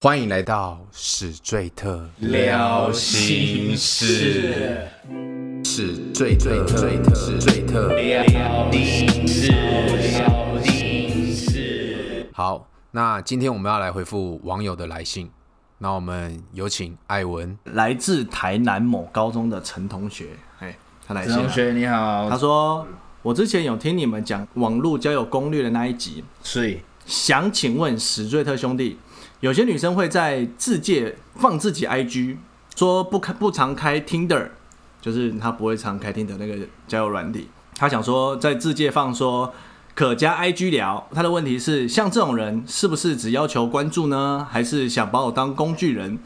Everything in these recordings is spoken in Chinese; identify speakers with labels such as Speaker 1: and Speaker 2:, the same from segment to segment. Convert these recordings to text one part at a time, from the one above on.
Speaker 1: 欢迎来到史最特，
Speaker 2: 聊心事，
Speaker 1: 史最最最特，史最特。
Speaker 2: 聊心事，聊心事。
Speaker 1: 好，那今天我们要来回复网友的来信，那我们有请艾文。
Speaker 3: 来自台南某高中的陈同学，哎，他来
Speaker 2: 陈
Speaker 3: 信
Speaker 2: 同
Speaker 3: 了，
Speaker 2: 学你好，
Speaker 3: 他说：“我之前有听你们讲网络交友攻略的那一集，
Speaker 2: 睡
Speaker 3: 想请问史瑞特兄弟，有些女生会在自介放自己 IG，说不开不常开 Tinder，就是她不会常开 Tinder 那个交友软体。她想说在自介放说可加 IG 聊，她的问题是像这种人是不是只要求关注呢，还是想把我当工具人？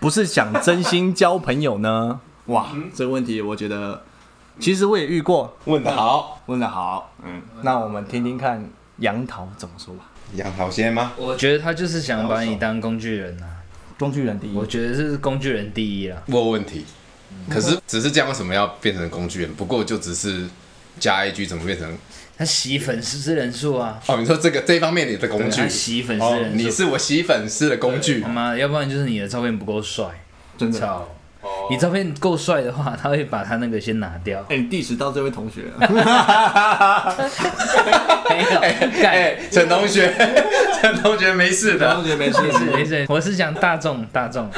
Speaker 3: 不是想真心交朋友呢？ 哇，这个问题我觉得其实我也遇过，
Speaker 4: 嗯问的好，
Speaker 3: 问的好，嗯，那我们听听看杨桃怎么说吧。
Speaker 4: 杨桃先吗？
Speaker 2: 我觉得他就是想把你当工具人啊，
Speaker 3: 工具人第一，
Speaker 2: 我觉得是工具人第一啦。啊
Speaker 4: 我有问题，可是只是这样，为什么要变成工具人？不过就只是加一句，怎么变成？
Speaker 2: 他洗粉丝人数啊，
Speaker 4: 哦，你说这个这一方面你的工具
Speaker 2: 他，啊洗粉丝
Speaker 4: 哦，
Speaker 2: 人
Speaker 4: 你
Speaker 2: 数，
Speaker 4: 是我洗粉丝的工具
Speaker 2: 他，妈，要不然就是你的照片不够帅，
Speaker 3: 真的。
Speaker 2: 操！你照片够帅的话，他会把他那个先拿掉。
Speaker 3: 哎、你 diss 到这位同 学了，
Speaker 2: 没有，干
Speaker 4: 哎，陈同学， 陈同学没事的，
Speaker 3: 同学没事
Speaker 2: 没事没事，我是讲大众大众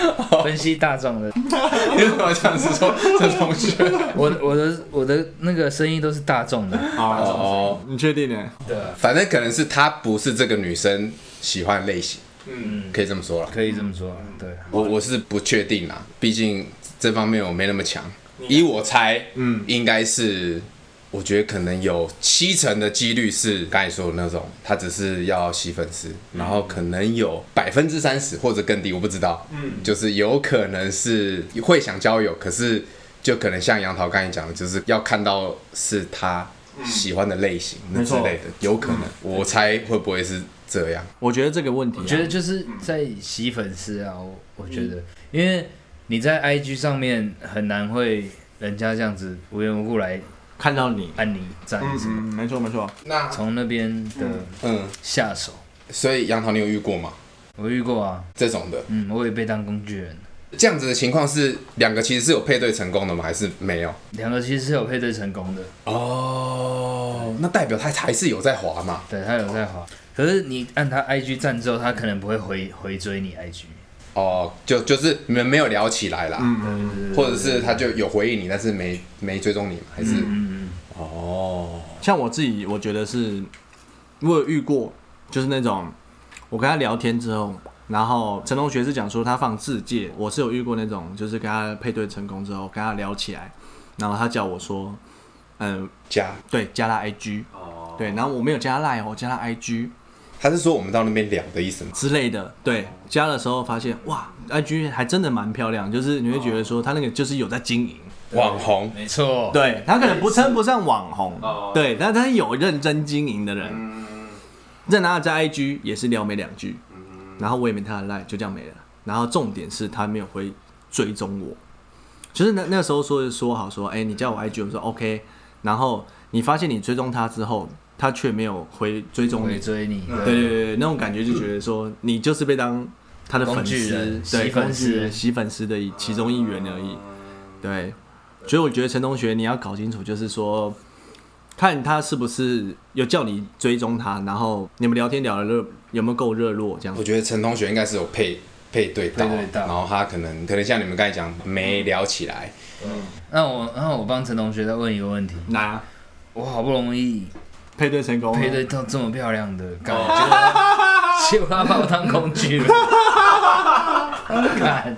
Speaker 2: 分析大众的，
Speaker 4: 你怎么这样子说陈同学？
Speaker 2: 我我的我的那个声音都是大众的。
Speaker 3: 哦，
Speaker 4: 哦，
Speaker 3: 你确定呢？
Speaker 4: 反正可能是他不是这个女生喜欢的类型，嗯，可以这么说了。
Speaker 2: 可以这么说，啊对，
Speaker 4: 我我是不确定啦，毕竟这方面我没那么强。依我猜，嗯，应该是，我觉得可能有七成的几率是刚才说的那种，他只是要吸粉丝，然后可能有百分之三十或者更低，我不知道，嗯，就是有可能是会想交友，可是就可能像杨桃刚才讲的，就是要看到是他喜欢的类型那
Speaker 3: 没
Speaker 4: 之
Speaker 3: 错
Speaker 4: 类的，有可能，我猜会不会是这样？
Speaker 3: 我觉得这个问题、啊，
Speaker 2: 我觉得就是在洗粉丝啊，我我觉得，因为你在 IG 上面很难会人家这样子无缘无故来
Speaker 3: 看到你，
Speaker 2: 按你赞
Speaker 3: 嗯
Speaker 2: 什么，
Speaker 3: 嗯，没错没错，
Speaker 4: 那
Speaker 2: 从那边的
Speaker 4: 嗯，
Speaker 2: 下手，
Speaker 4: 所以杨桃你有遇过吗？
Speaker 2: 我遇过啊，
Speaker 4: 这种的？
Speaker 2: 嗯，我也被当工具人，
Speaker 4: 这样子的情况是两个其实是有配对成功的吗？还是没有？
Speaker 2: 两个其实是有配对成功的，
Speaker 4: 哦，那代表他还是有在滑嘛？
Speaker 2: 对他有在滑，可是你按他 IG 赞之后，他可能不会回回追你 IG，
Speaker 4: 哦，就就是你们没有聊起来啦，或者是他就有回应你，但是没没追踪你嘛？还是、嗯哦，
Speaker 3: 像我自己，我觉得是，我有遇过，就是那种我跟他聊天之后，然后陈同学是讲说他放自介，我是有遇过那种，就是跟他配对成功之后，跟他聊起来，然后他叫我说，嗯、
Speaker 4: 加
Speaker 3: 对，加他 IG，哦，对，然后我没有加他 Line，哦我加他 IG，
Speaker 4: 他是说我们到那边聊的意思吗？
Speaker 3: 之类的。对，加的时候发现哇，IG 还真的蛮漂亮，就是你会觉得说他那个就是有在经营。
Speaker 4: 网红
Speaker 2: 没错，
Speaker 3: 对他可能不称不上网红，对，但他有认真经营的人，在哪加 IG 也是聊没两句，然后我也没他的 line，就这样没了。然后重点是他没有会追踪我，就是那那时候说说好说，哎、你加我 IG，我说 OK，然后你发现你追踪他之后，他却没有回追踪你
Speaker 2: 回，追你，
Speaker 3: 对对对，那种感觉就觉得说，你就是被当他的粉
Speaker 2: 工具
Speaker 3: 丝
Speaker 2: 人，
Speaker 3: 对，
Speaker 2: 洗粉
Speaker 3: 工具人
Speaker 2: 丝
Speaker 3: 洗粉丝的一其中一员而已。对，所以我觉得陈同学你要搞清楚，就是说，看他是不是有叫你追踪他，然后你们聊天聊的热有没有够热络这样
Speaker 4: 我。觉得陈同学应该是有配配对到，
Speaker 2: 配对到
Speaker 4: 然后他可能可能像你们刚才讲没聊起来，
Speaker 2: 那我那我帮陈同学再问一个问题，
Speaker 3: 那
Speaker 2: 我好不容易
Speaker 3: 啊配对成功了，
Speaker 2: 配对到这么漂亮的，干，哦 结果他把我当工具 人，干，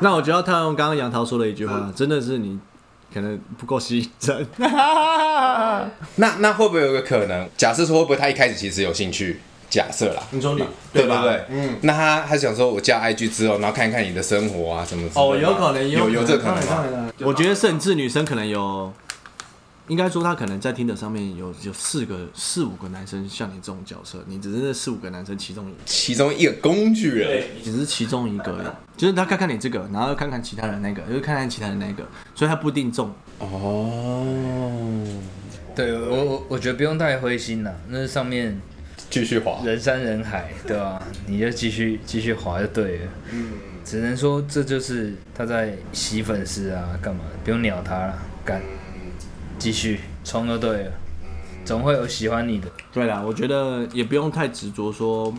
Speaker 3: 那我觉得套用刚刚杨桃说的一句话，真的是你可能不够吸引人。
Speaker 4: 那那会不会有个可能？假设说会不会他一开始其实有兴趣？假设啦，
Speaker 3: 你说你
Speaker 4: 对吧？对，嗯，那他他想说，我加 IG 之后，然后看一看你的生活啊什么之类的
Speaker 3: 哦，有可能
Speaker 4: 有
Speaker 3: 有
Speaker 4: 有这可能啊吗？
Speaker 3: 吗？我觉得甚至女生可能有，应该说她可能在听的上面有有四个四五个男生像你这种角色，你只是那四五个男生其中一个，
Speaker 4: 其中一个工具人，
Speaker 3: 你只是其中一个而已，就是他看看你这个，然后又看看其他人那个，又看看其他人那个，所以他不一定中。
Speaker 4: 哦，
Speaker 2: 对我我我觉得不用太灰心啦，那上面
Speaker 5: 继续滑。
Speaker 2: 人山人海，对吧、你就继续继续滑就对了。嗯，只能说这就是他在洗粉丝啊，干嘛？不用鸟他了，干，继续冲就对了。总会有喜欢你的，
Speaker 3: 对啦，我觉得也不用太执着说，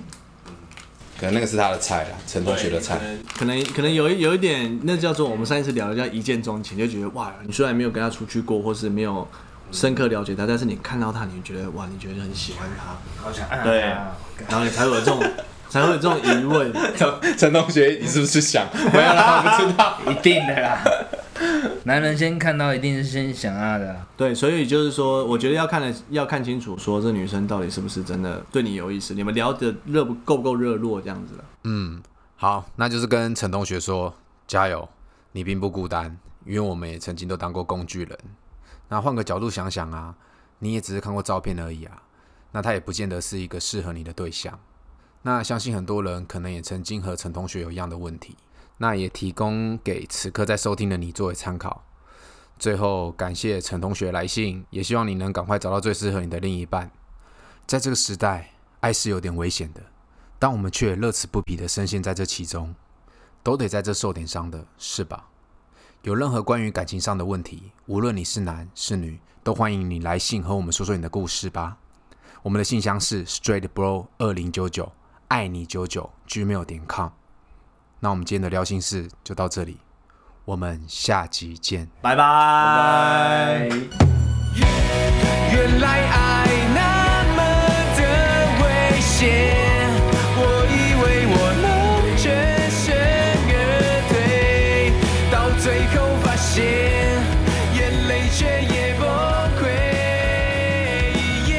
Speaker 5: 可能那个是他的菜啦，陈同学的菜
Speaker 6: 可。能
Speaker 3: 可能可能有一有一点，那叫做我们上一次聊的叫一见钟情，就觉得哇，你虽然没有跟他出去过，或是没有深刻了解他，但是你看到他，你觉得哇，你觉得很喜欢他，
Speaker 2: 好想按
Speaker 3: 对
Speaker 2: 啊干
Speaker 3: 然后你才会有这种 才会有这种疑问。
Speaker 5: 陈陈同学，你是不是想？没有啦，我不知道。
Speaker 2: 一定的啦。男人先看到一定是先想啊的啦，
Speaker 3: 对，所以就是说，我觉得要看的要看清楚，说这女生到底是不是真的对你有意思，你们聊的热不够不够热络这样子的。
Speaker 4: 嗯，好，那就是跟陈同学说加油，你并不孤单，因为我们也曾经都当过工具人。那换个角度想想啊，你也只是看过照片而已啊，那他也不见得是一个适合你的对象。那相信很多人可能也曾经和陈同学有一样的问题，那也提供给此刻在收听的你作为参考。最后感谢陈同学来信，也希望你能赶快找到最适合你的另一半。在这个时代，爱是有点危险的。但我们却乐此不疲地深陷在这其中，都得在这受点伤的，是吧？有任何关于感情上的问题，无论你是男是女，都欢迎你来信和我们说说你的故事吧。我们的信箱是 straightbro 二零九九爱你九九 gmail 点 com。那我们今天的聊心事就到这里，我们下集见。
Speaker 3: 拜拜。
Speaker 7: 原来爱那么的危险，我以为我能全身而退，到最后发现眼泪却也崩溃。耶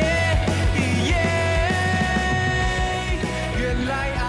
Speaker 7: 耶原来。